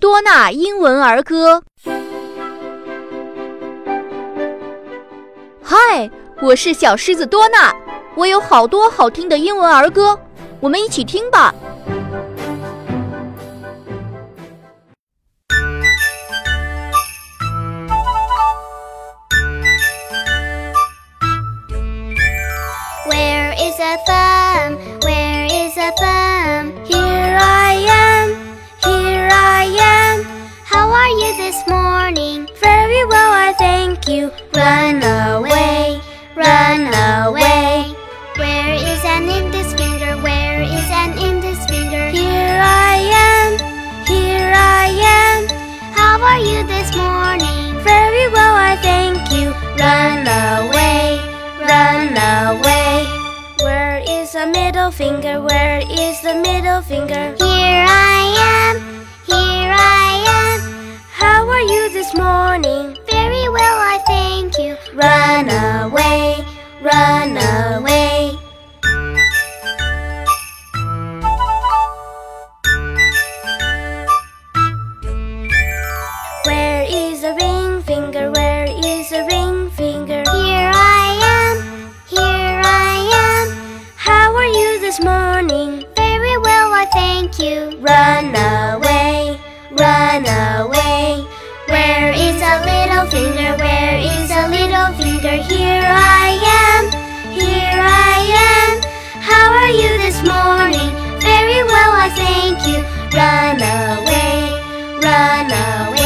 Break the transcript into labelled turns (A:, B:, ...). A: 波纳英文儿歌。嗨，我是小狮子多纳，我有好多好听的英文儿歌，我们一起听吧。
B: Where is a thumb? Where is a thumb? Here I am, here I am. How are you this morning? Very well, I thank you. Run away, run away. Where is an index finger? Where is an index finger? Here I am, here I am. How are you this morning? Very well, I thank you. Run away, run away. Where is the middle finger? Where is the middle finger? Here I am, here I am. How are you this morning? Very well, I thank you. Run away, run away. Where is the ring finger? Where is the ring finger? Here I am, here I am. How are you this morning? Very well, I thank you. Run away, run away. Where is a little finger? Where is a little finger? Here I am, here I am. How are you this morning? Very well, I thank you. Run away, run away.